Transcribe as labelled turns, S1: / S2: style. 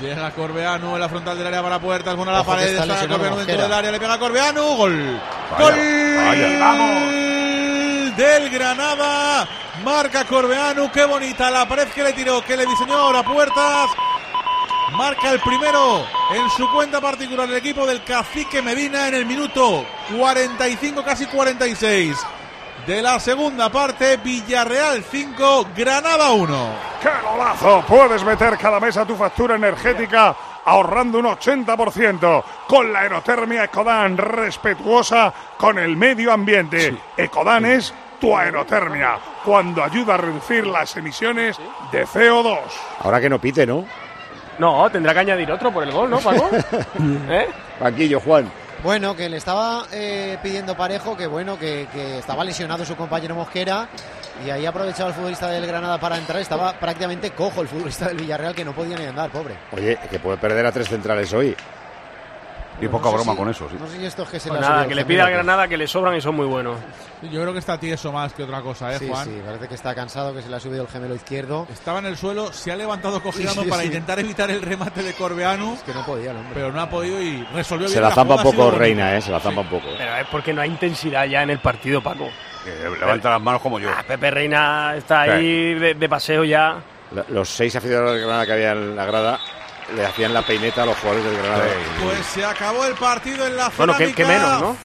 S1: Llega Corbeanu en la frontal del área para puertas, bueno, a la
S2: Ojo que
S1: pared,
S2: está
S1: está,
S2: lesionado
S1: Corbeanu dentro
S2: Mosquera.
S1: del área, le pega a Corbeanu, gol.
S3: Vaya,
S1: gol
S3: vaya, vamos.
S1: del Granada. Marca Corbeanu, qué bonita la pared que le tiró, que le diseñó a puertas. Marca el primero en su cuenta particular el equipo del Cacique Medina en el minuto 45, casi 46. De la segunda parte, Villarreal 5, Granada 1.
S3: ¡Qué golazo! Puedes meter cada mes a tu factura energética ahorrando un 80% con la aerotermia Ecodan, respetuosa con el medio ambiente. Ecodan es tu aerotermia, cuando ayuda a reducir las emisiones de CO2.
S2: Ahora que no pite, ¿no?
S4: No, tendrá que añadir otro por el gol, ¿no, Paco? ¿Eh?
S2: Paquillo, Juan.
S5: Bueno, que le estaba eh, pidiendo parejo, que bueno, que, que estaba lesionado su compañero Mosquera y ahí aprovechaba el futbolista del Granada para entrar. Estaba prácticamente cojo el futbolista del Villarreal que no podía ni andar, pobre.
S2: Oye, que puede perder a tres centrales hoy.
S3: Y
S5: Pero no sé si- No sé si esto es que se
S4: Pues
S5: le ha
S4: nada,
S5: subido
S4: que
S5: el
S4: le pida a
S5: gemelo,
S4: Granada que le sobran y son muy buenos.
S1: Yo creo que está tieso más que otra cosa, ¿eh,
S5: Sí,
S1: Juan?
S5: sí, parece que está cansado, que se le ha subido el gemelo izquierdo.
S1: Estaba en el suelo, se ha levantado cogido
S5: Sí, sí,
S1: para
S5: sí.
S1: intentar evitar el remate de Corbeanu,
S5: Es que no podía el hombre.
S1: pero no ha podido y resolvió
S2: Se
S1: bien
S2: la zampa un
S1: jugada, ha sido
S2: poco
S1: bonito.
S2: Reina, ¿eh? Se la zampa
S1: Sí.
S2: un poco. ¿eh?
S4: Pero es porque no hay intensidad ya en el partido, Paco.
S6: Eh,
S3: Eh,
S6: levanta las manos como yo.
S4: Ah, Pepe Reina está ahí de, de paseo ya.
S2: La- Los seis aficionados del Granada que había en la grada le hacían la peineta a los jugadores del Granada.
S1: Pues se acabó el partido en la
S4: Bueno,
S1: cerámica.
S4: que, que menos, ¿no?